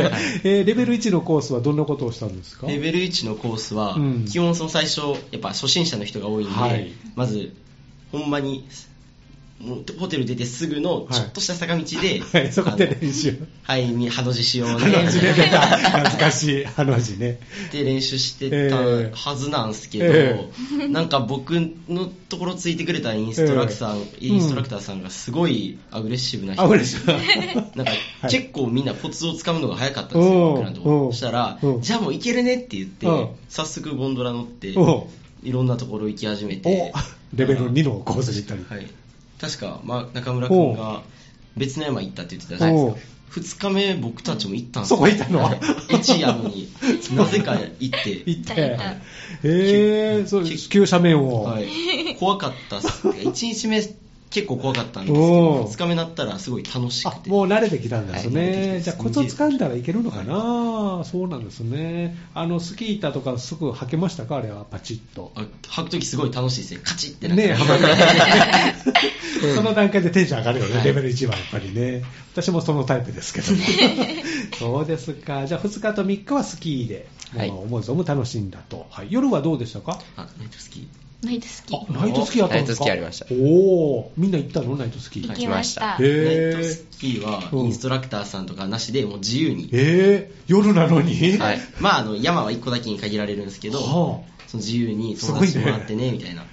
A: えーレベル1のコースはどんなことをしたんですか
D: レベル1のコースは、
A: うん
D: 基本その最初やっぱ初心者の人が多いんで、
A: はい
D: まずほんまにもうホテル出てすぐの
A: はい
D: ちょっとした坂道で、
A: はい、そこで
D: あの
A: 練習。
D: はいみハの字しようね
A: ハの字で出た、 懐かしい、ハの字ね。
D: で練習して
A: え
D: た
A: え
D: はずなんですけど、
A: え
D: なんか僕のところついてくれたインストラクター、
A: ええ
D: インストラクターさんがすごいアグレッシブな人
A: あ、嬉しい。
D: なんか
A: はい
D: 結構みんなコツをつかむのが早かったんですよ、
A: おう
D: 僕らのところ
A: おう
D: したら
A: おう、
D: じゃあもう行けるねって言って
A: うん、
D: 早速ゴンドラ乗って、
A: お
D: いろんなところ行き始め
A: お
D: て、
A: レベル2のコースに行ったり。
D: はい、確か、まあ、中村君が別の山行ったって言ってたじゃないですか。2日目僕たちも行ったんです
A: そこ行ったの
D: はい一位や のに、なぜか行って。
A: 行って
C: 行った。
A: えー、そう、急斜面を。
D: はい、怖かったっす1日目結構怖かったんですけ
A: お
D: ど
A: う
D: 2日目になったらすごい楽し
A: あ
D: くて
A: もう慣れてきたんです
D: はい慣れてき
A: ね、
D: てます
A: じゃあコツを掴んだらいけるのかな、そうなんですねあのスキー板とかすぐ履けましたかあれはパチッと、
D: あ履く時すごい楽しいですねカチッてなって
A: ねえ、幅がねその段階でテンション上がるよね、
D: はい
A: レベル1はやっぱりね私もそのタイプですけどもそうですかじゃあ2日と3日はスキーで、
B: はい
A: もう思う存分楽しんだと、はい夜はどうでしたか
D: あナイトスキ
C: ナイトスキー
A: あナイトスキーやったんですか
B: ナイトスキーありました
A: おおみんな行ったのナイトスキー
C: 行
A: へ
C: きました
A: え
D: ーナイ
A: ー
D: トスキーは
A: うん
D: インストラクターさんとかなしでもう自由に、
A: えー、夜なのに、
B: はい
D: まああの山は1個だけに限られるんですけど
A: はあ
D: その自由に友達もらってねみたいな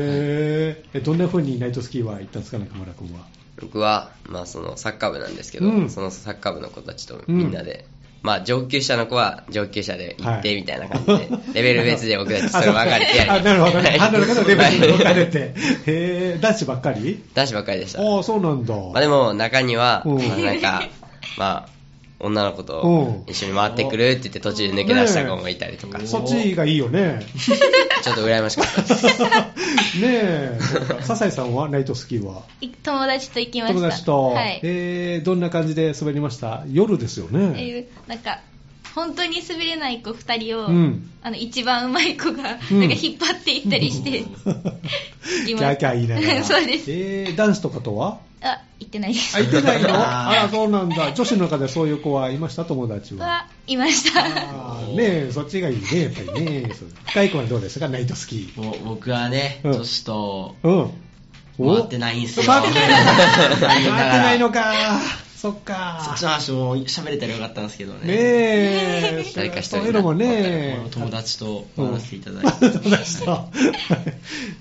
A: へえ、どんな風にナイトスキーは行ったんですか、中村君は。
B: 僕は、まあ、そのサッカー部なんですけど、
A: うん
B: そのサッカー部の子たちとみんなで、まあ、上級者の子は上級者で行っ
A: は
B: て
A: い
B: みたいな感じで、 レベル別で僕たちそれ分かれてやりま
A: あ、
B: し
A: な
B: た
A: るほどね。あ、なるほど。レベルに分かれ
B: はい
A: て。へー、男子ばっかり
B: 男子ばっかりでした。
A: ああ、そうなんだ。
B: まあでも中には、
A: うん
B: まあなんか、まあ、女の子と一緒に回ってくるって言って途中で抜け出した子もいたりとか、ちょ
A: そっちがいいよ ね。
B: っと羨ましかった です。
A: ねえ。そうか笹井さんはナイトスキーは
C: 友達と行きました
A: 友達と、
C: はい
A: えーどんな感じで滑りました夜ですよ
C: ってい
A: ね。
C: うなんか本当に滑れない子2人を、
A: うん
C: あの一番うまい子がなんか
A: うん
C: 引っ張っていったり して、
A: キ
C: い
A: ャ
C: ま
A: ー
C: す
A: キャー言いながら。
C: そうです
A: えー男子とかとは
C: あ行ってないです
A: あ、いて ないのあら、そうなんだ。女子の中でそういう子はいました友達は。
C: はいました
A: あーねえ、そっちがいいね、やっぱりね。そう深い子はどうですか、ナイトスキー。
D: ぼ僕はね、
A: うん
D: 女子と
A: うん。
D: 回ってないんすよ。
A: 回ってないのか。回ってないの
D: か。
A: か。そっか。
D: そっちの話も喋れたらよかったんですけど
A: ね
D: ね。
A: え、
B: 誰か一人
A: そういうのもね
D: もう、友達と
A: うん
D: 話していただいて。
A: 友達と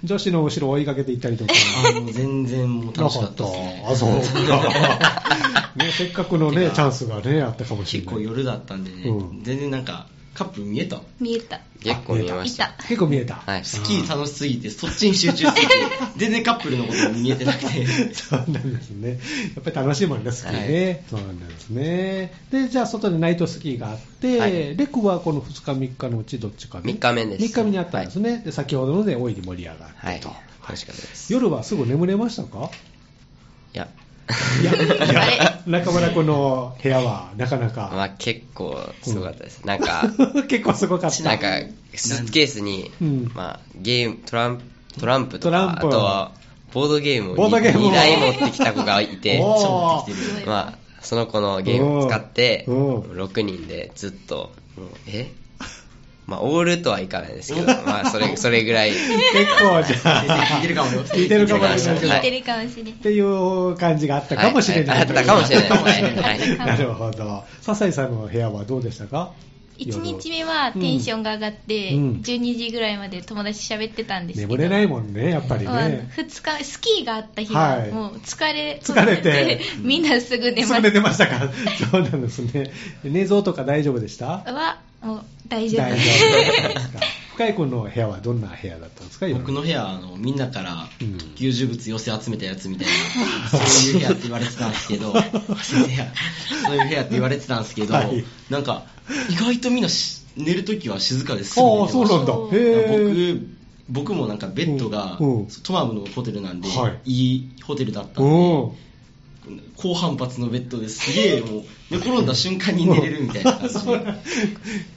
A: 女子の後ろを追いかけていったりとか。
D: あもう全然もう楽しかったですね。
A: あ、そうか。 ね、せっかくのね、チャンスがね、あったかもしれ
D: 結
A: ない。
D: 構夜だったんでね、
A: うん
D: 全然なんかカップ見えた
C: 見えた
B: 結構見えま
C: い
B: したよ
C: た。
A: 結構見えた。
B: はい。
D: スキー楽しすぎてそっちに集中すぎて全然カップルのこと見えて なくて
A: そうなんですね。やっぱり楽しいもんね、スキーね。そうなんですね。で、じゃあ、外でナイトスキーがあって、
B: はい
A: レクはこの2日、3日のうちどっちかで
B: 3日目です
A: 3日目にあったんですね。で、先ほどので大いに盛り上がって、
B: はい。楽しかったです。い
A: 夜はすぐ眠れましたか
B: や、
A: いや、いや
C: あ
A: 中村君の部屋はなかな
B: ま
A: か、
B: あ結構すごかったです。なんか、
A: 結構すごかっ
B: な
A: た
B: ん。か、スーツケースに
A: うん、
B: まあ、ゲーム、トランプ、トランプと
A: トラン
B: か、
A: プ
B: あとは、ボードゲームを
A: ボードゲームを
B: 2台持ってきた子がいて、
A: おー
C: すごい
B: まあ、その子のゲームを使って、
A: うん
B: 6人でずっと、え まあ、オールとはいかないですけど、まあ、それ、それぐらい、
A: 結構じゃあ、
D: 聞いてるかもよ
A: 聞いてるかもしれないけど、
B: は
C: 聞
A: っ
C: いてるかもしれない
A: ていう感じがあったかもしれない。
B: はいはいあったかもしれないですねはい
A: なるほど。笹井さんの部屋はどうでしたか
C: 1日目はテンションが上がって、
A: うん
C: 12時ぐらいまで友達と喋ってたんですけど
A: 眠れないもんね、やっぱりね。
C: 2日スキーがあった日は、
A: はい
C: もう疲れ
A: 疲れて
C: みんな すぐ寝
A: す
C: ま
A: ぐ寝
C: す
A: てましたから。そうなんですね。寝相とか大丈夫でした
C: はもう大
A: 大
C: 丈
A: 丈
C: 夫
A: 夫です か。深井君の部屋はどんな部屋だったんですか
D: 僕の部屋はあのみんなから
A: うん
D: 特級呪物寄せ集めたやつみたいな、そういう部屋って言われてたんですけど そういう部屋そういう部屋って言われてたんですけど、
A: はい
D: なんか意外とみんなし寝るときは静かですぐ寝
A: あ
D: て
A: あ、
D: ま
A: そう
D: した
A: なんだ。
C: そう
A: へ
D: 僕僕もなんかベッドが
A: うんうん
D: トマムのホテルなんで、、
A: はい
D: いホテルだったんで
A: ぇ
D: 高反発のベッドですげえもう寝転んだ瞬間に寝れるみたいな 感じで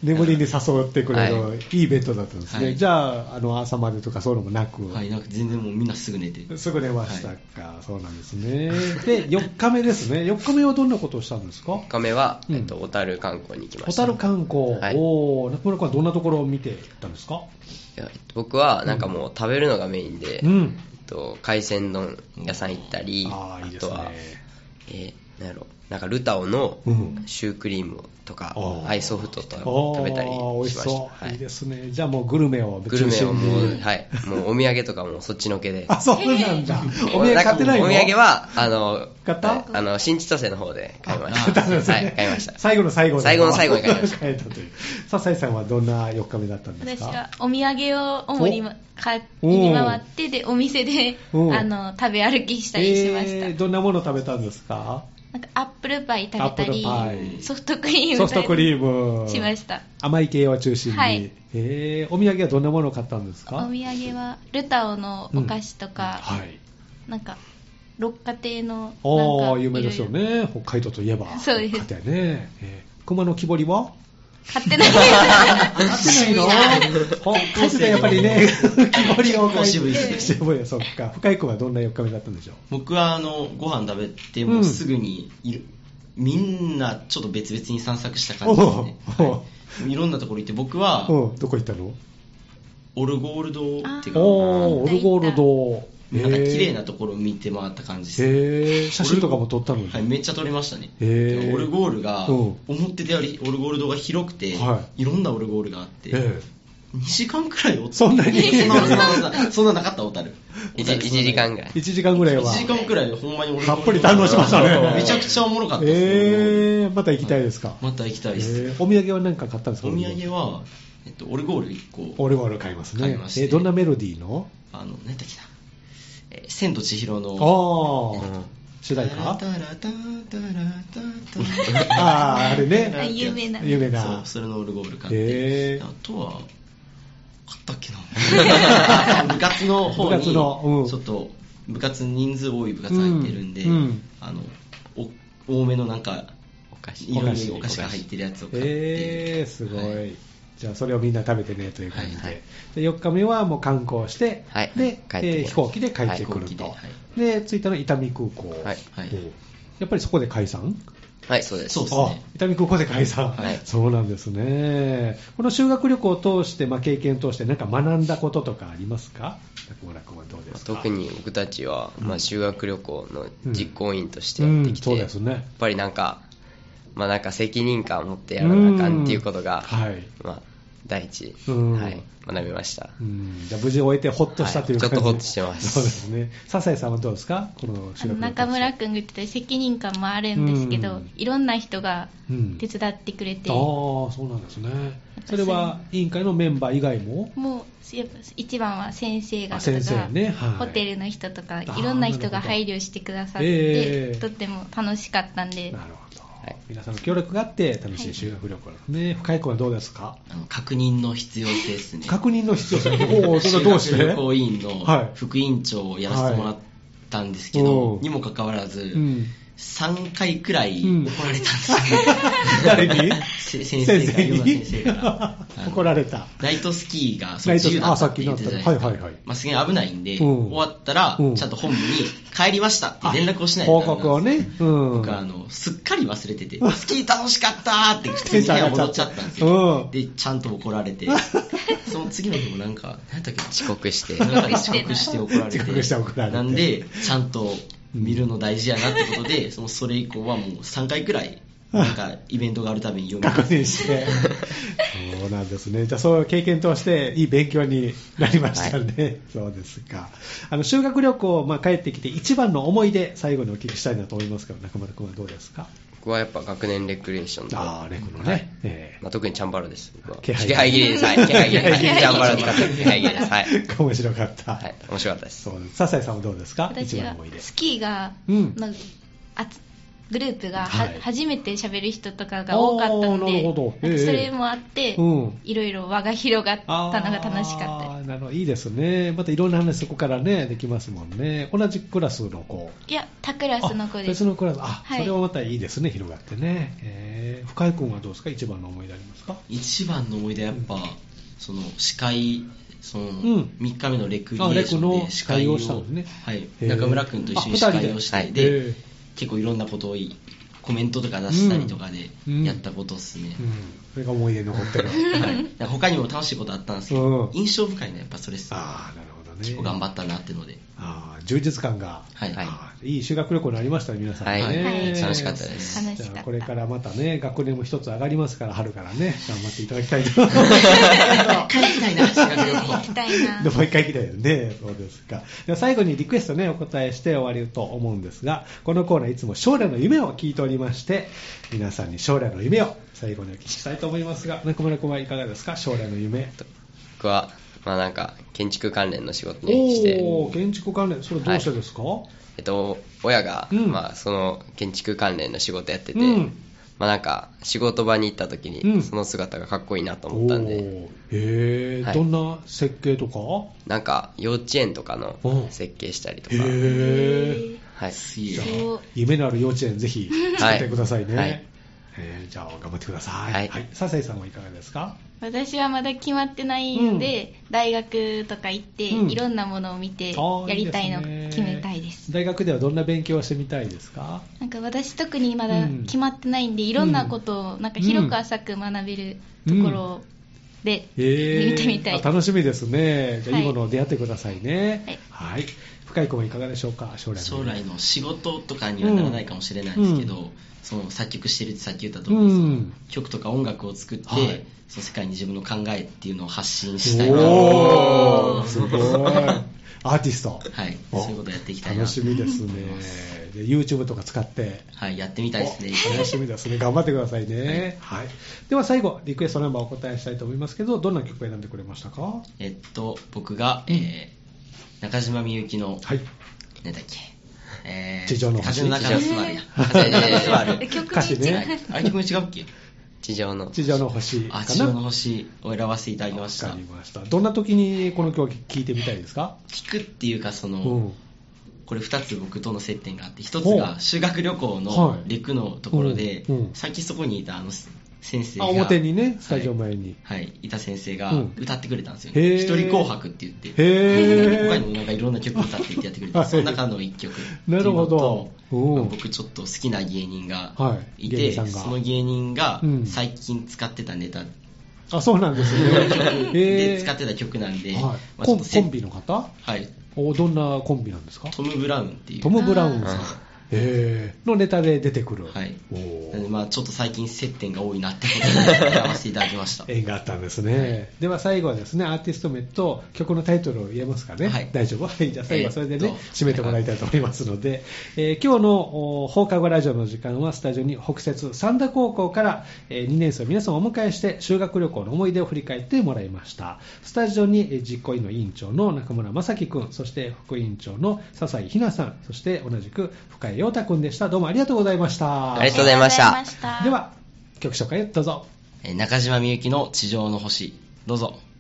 A: 眠りに誘ってくれる、、
B: はい
A: いベッドだったんですね。
D: はい
A: じゃあ、あの、朝までとかそういうのもなく。
D: はい、なんか全然もうみんなすぐ寝て
A: すぐ寝ましたか、そうなんですね。で、4日目ですね。4日 目はどんなことをしたんですか
B: 1日目は、
A: うん
B: えっと、小樽観光に行きま
A: 小
B: した。
A: 樽観光、
B: はい
A: おー中村君はどんなところを見ていったんですか
B: いやえっと僕は、なんかもう食べるのがメインで、
A: う
B: えっ
A: ん。
B: と、海鮮丼屋さん行ったり、
A: ああ、いいです
B: と
A: ね。
B: は、えーなんやろ、なんかルタオの
A: うん
B: シュークリームとか、
A: あー
B: アイソフトとか
A: おー
B: 食べたりし
A: 美
B: ま
A: 味し
B: した。
A: そう、。
B: はい
A: いですね。じゃあもうグルメを
B: グルメをもう、
A: に
B: はい、もうお土産とかもそっちのけで。
A: あ、そうなんだ。お土産買ってないの
B: お土産は、あの、
A: 買った
B: あの、新千歳の方で買いま
A: 買
B: し
A: った
B: た。
A: んですね
B: はい、買いました。
A: 最後の最後に
B: 最後の最後に買いました
A: 買えたという。笹井さんはどんな4日目だったんです
C: 私
A: か
C: はお土産を主にま買い
A: お
C: に回ってでお店で
A: うん
C: あの食べ歩きしたりしました、
A: えーどんなもの食べたんですか
C: なんかアップルパイ食べたり
A: アップルパイ
C: ソフトクリーム
A: ソフトクリ
C: ム
A: ーム。
C: しました
A: 甘い系を中心に。
C: はい
A: えーお土産はどんなものを買ったんです
C: お
A: か
C: 土産はルタオのお菓子とか、
A: はい。
C: なんか六花亭のなん
A: あ
C: か
A: あ、有名ですよ
C: いろい
A: ね。北海道といえば。
C: そうです
A: 家庭ね。えー熊の木彫りは
C: ろ買ってないです
A: 買ってないの北海道でやっぱり ね、木彫りを買い
D: 渋いですね
A: 渋い、そっか。深井君はどんな4日目だったんでしょう
D: 僕はあのご飯食べてもうすぐにいる、みんなちょっと別々に散策した感じですね
A: おうおう
D: はいいろんなところ行って僕は
A: うん、どこ行ったの
D: オルゴール堂っていうか
A: おー、オルゴール堂。
D: なんか綺麗な
A: へ
D: ところを見て回った感じですね
A: え写真とかも撮ったのに。
D: はい、めっちゃ撮りましたね、
A: へー
D: でオルゴールが
A: うん
D: 思ってたよりオルゴール堂が広くて、、
A: はい
D: ろんなオルゴールがあって、
A: ええ
D: 2時間くらいおった
A: そんなに
D: そんなそんなそんなそんななかった小樽
B: 1, 時間ぐらい。
A: 1時間ぐらいは
D: 1時間くらいでほんまに俺
A: たっぷり堪能しましたね
D: めちゃくちゃおもろかったっすね
A: えー、また行きたいですか、
D: また行きたいです、
A: えーお土産は何か買ったんですか
D: お土産は、えっと、オルゴール1個
A: オルゴール買います
D: 買い
A: ね
D: まし
A: え
D: て
A: どんなメロディーの
D: あの何だっけなえー千と千尋の
A: ああ主題歌あ
D: タラタラタラタラタラ
A: あーあれ
C: あ
A: ね
C: 有名な
A: 有名
D: そ
A: な
D: うそれのオルゴール買って、
A: へー
D: あとはあったっけ な部活の方に
A: 部活のうん
D: ちょっと部活人数多い部活入ってるんで、
A: うんうん
D: あのお多めのなんか
B: お菓子
D: いろんなお菓子が入ってるやつを買って、
A: えー、すごい、
D: は
A: じゃあそれをみんな食べてねという感じで,、
D: はいはい
A: で4日目はもう観光して、
B: はい
A: でえ
B: 帰ってくる
A: ー飛行機で帰ってくると、
D: はい
A: で着いたのは伊丹空港、
B: はい
D: はい
A: おうやっぱりそこで解散
B: はい、そうです。
D: そうです
A: あ
D: ね
A: 伊丹空港で解散、
B: はい
A: そうなんですねこの修学旅行を通して、まあ、経験を通して何か学んだこととかありますか中村君はどうですか
B: 特に僕たちは、まあ、修学旅行の実行委員として
A: う
B: やって
A: ん
B: きて、
A: そうですね
B: やっぱりなんか、まあなんか責任感を持ってやらなあかんっていうことが、
A: うんはい
B: まあ第一、
A: うん
B: はい、学びました。
A: うんじゃあ無事終えてほっとしたという
B: は
A: 感
B: い
A: じ、
B: ちょっとほっとしてます
A: そうですね笹井さんはどうですかこの
C: あ
A: 修
C: の
A: 学旅行
C: 中村君が言ってた責任感もあるんですけ
A: う
C: ど
A: ん
C: いろんな人が
A: うん
C: 手伝ってくれて
A: ああそうなんですねそれは委員会のメンバー以外も
C: もうやっぱ一番は先生
A: あ
C: がと
A: 先生
C: か、
A: ねはい
C: ホテルの人とか
A: あ
C: い
A: ー
C: ろんな人
A: なる
C: が
A: ほど
C: 配慮してくださっ
A: え
C: て、
A: え
C: とっても楽しかったんで
A: なるほど、
B: はい
A: 皆さんの協力があって楽しい修学旅行ですね、深井君はどうですか
D: あの確認の必要性ですね
A: 確認の必要性おおそれはどうし
D: 修学
A: て
D: 旅行委員
A: はい
D: の副委員長をやらせてもらったんですけ
A: は
D: ど
A: い、
D: にもかかわらず、
A: うん
D: 3回くらい
A: うん
D: 怒られたんですよ、
A: 誰に
D: せ先生がヨガ
A: に
D: 先生からあ の
A: 怒られた
D: ライトスキーがそ
A: ラ
D: う
A: イトスキー
D: 自由だったって言ってたじゃないですか、
A: あさっきのあったねはいはいはい
D: まあ、すげえ危ないんで、
A: うん
D: 終わったら
A: うん
D: ちゃんと本部に帰りましたって連絡をしないと
A: 報告をね、うん、
D: 僕はあのすっかり忘れてて、スキー楽しかったーって普 通に部屋戻っちゃったんです
A: うん
D: よ。で、ちゃんと怒ら れて、その次の日もなんか、何だっけな、
B: 遅刻して、
D: なんか遅刻して怒られて、
A: 遅刻して怒られて
D: なんで、ちゃんと見るの大事やなってことで、そのそれ以降はもう3回くらい、なんかイベントがあるたびに読み
A: 確
D: ます
A: 認して。そうなんですね。じゃあ、そういう経験として、いい勉強になりましたね。そうですか。あの、修学旅行、まあ、帰ってきて、一番の思い出、最後にお聞きしたいなと思いますけど、中村君はどうですか
B: 僕はやっぱ学年レクリエーションと、
A: ああ、レコのね。
B: はい
A: え
B: まあ、特にチャンバラです。僕は
A: 気
B: 気
A: 配
B: 配切りです。はい。気配切りです。
A: 気配切り
B: チャンバ ラ使って気配切りです。はい。
A: え面白かった。
B: はい。面白かったです。
A: そうです。笹井さんはどうですか一
C: 私
A: 番の
C: は
A: 思い出。
C: スキーが、
A: うん
C: のあつグループがは、
A: はい
C: 初めて喋る人とかが多かったの
A: あーなる
C: で
A: ほど
C: なん
A: ええ
C: かそれもあって、
A: うん
C: いろいろ輪が広がった
A: あ
C: のが楽しかった
A: ーなるほどいいですね。またいろんな話そこからね、できますもんね。同じクラスの子。
C: いや他クラスの子
A: あ
C: で
A: 別
C: す
A: のクラス。あ、
C: はい
A: それはまたいいですね、広がってね。えー深井君はどうですか一番の思い出ありますか
D: 一番の思い出はやっぱ、その司会その
A: ん
D: 3日目のレクリエーション
A: あレクの
D: で司会
A: 司会を
D: を
A: したのね
D: はい
A: へー
D: 中村君と一緒に
A: あ
D: 司会をし
A: 二
D: て
A: 人で
D: で
A: へー
D: 結構いろんなことをいコメントとか出したりとかで
A: うん
D: やったことですね、
A: うん。それが思い出に残ってる。
D: はい、なんか他にも楽しいことあったんですけど、
A: うん
D: 印象深いのはやっぱそれですね
A: ああ、なるほどね。
D: 結構頑張ったなってので
A: あー充実感が。
D: はい、
B: はい
A: あーいい修学旅行になりましたね、皆さん、
B: は
A: ね
B: い
C: はい
B: 楽しかったです
C: 楽し
A: じ
C: か
A: ゃあ
C: った
A: これからまたね、学年も一つ上がりますから、春からね、頑張っていただきたいと
D: 一回行きたいな修学旅
C: 行き
D: 行
C: たいな
A: でもう一回来たいよね。そうですか。では最後にリクエストね、お答えして終わりと思うんですが、このコーナーいつも将来の夢を聞いておりまして、皆さんに将来の夢を最後にお聞きしたいと思いますが、中村君はいかがですか将来の夢。
B: 僕は、まあなんか、建築関連の仕事にして、
A: おー、建築関連、それどうしてですか、
B: えっと、親が、
A: うん
B: まあ、その建築関連の仕事やってて、
A: うん
B: まあ、なんか仕事場に行った時に、
A: うん
B: その姿がかっこいいなと
A: お
B: 思ったんで
A: ーへー、
B: はい
A: どんな設計とか
B: なんか幼稚園とかの
A: うん
B: 設計したりと
A: へ
B: か、
A: ー。
B: はい、
D: すげえ
C: そう
A: 夢のある幼稚園ぜひ作ってくださいね。
B: はいはい
A: えーじゃあ頑張ってください。は。
B: はいい
A: 笹井さんはいかがですか
C: 私はまだ決まってないので、大学とか行って、
A: うん
C: いろんなものを見て
A: あー
C: やりたいのを
A: ですね
C: 決めたいです
A: 大学ではどんな勉強をしてみたいですか
C: なんか私特にま
A: う
C: だ
A: ん
C: 決まってないんで、いろんなことをなんか広く浅く学べるところをで、
A: え
C: 見てみたい
A: あ楽しみですね。じゃあ、
C: はい
A: い、いものを出会ってくださいね。
C: は
A: はい。深い子はいかがでしょうか、将来の
D: 将来の仕事とかにはならないかもしれないですけど、
A: うん
D: その作曲してるってさっき言った通り、
A: うん。
D: 曲とか音楽を作って、
A: はい
D: その世界に自分の考えっていうのを発信したいな
A: お
D: は
A: ー、すごい。アーティスト。
D: い
A: お
D: そういうことやっていきたいな
A: 楽しみですね。で YouTube とか使って。
D: はい、やってみたいですね
A: 楽しみですね。頑張ってくださいね。はい。では最後、リクエストナンバーをお答えしたいと思いますけど、どんな曲を選んでくれましたか
D: えっと僕が、えー中島みゆきの、
A: はい。
D: 何だっけえー
A: 地上の星
D: 風の中 の座るや
B: え
D: 風の中の座
B: ー
D: る
C: 曲
A: 歌詞ね
D: あれ曲違うっけ
B: 地上の。
A: 地上の星かな。
D: あ地上の星を選ばせていただきました
A: わかりました。どんな時にこの曲を聴いてみたいですか
D: 聞くっていうかその、
A: うん。
D: これ2つ僕との接点があって1つ
A: ほ
D: が修学旅行
A: は
D: の
A: い
D: 陸のところで、
A: うんうん
D: さっきそこにいたあの先生が
A: あ、表にね、スタジオ前に。
D: はい、いた先生が
A: うん
D: 歌ってくれたんですよ、
A: へー
D: ね一人紅白って言って
A: へー
D: 他にもなんかいろんな曲歌ってってやってくれて、
A: はい
D: その中の一曲ってい
A: な
D: う
A: るほ
D: の
A: ど
D: と、
A: うん
D: 僕ちょっと好きな芸人が
A: はい
D: い
A: 芸人
D: て、
A: さんが
D: その芸人が
A: うん
D: 最近使ってたネ タ
A: あ、そうなんですね。
D: で使っ
A: え
D: てた曲なんで、
A: ー
D: ま
A: は
D: あ
A: い、
D: ち
A: コ
D: ょっ
A: ン
D: とせ
A: コンビの方
D: はい、
A: おどんなコンビなんですか
D: トム・ブラウンっていう
A: トム・ブラウン
B: あ
A: さん
B: ー、
A: えーのネタで出てくる、
D: はい
A: お
D: なので
A: ー
D: まあちょっと最近接点が多いなってこ とで選ばせていただきました。
A: 縁があったんですね、では最後はですねアーティスト名と曲のタイトルを言えますかね、
D: はい
A: 大丈夫、 はい、じゃあ最後はそれでね、
D: えーっと
A: 締めてもらいたいと思いますので、えー今日のお放課後ラジオの時間はスタジオに北節三田高校から、え2年生の皆さんをお迎えして修学旅行の思い出を振り返ってもらいましたスタジオにえー実行委員の委員長の中村正樹君そして副委員長の笹井ひなさんそして同じく深井陽太君でしたどうもありがとうございました
B: ありがとうございました
C: ありがとうございました
A: では曲紹介をどうぞ
D: えー中島みゆきの地上の星、どうぞ。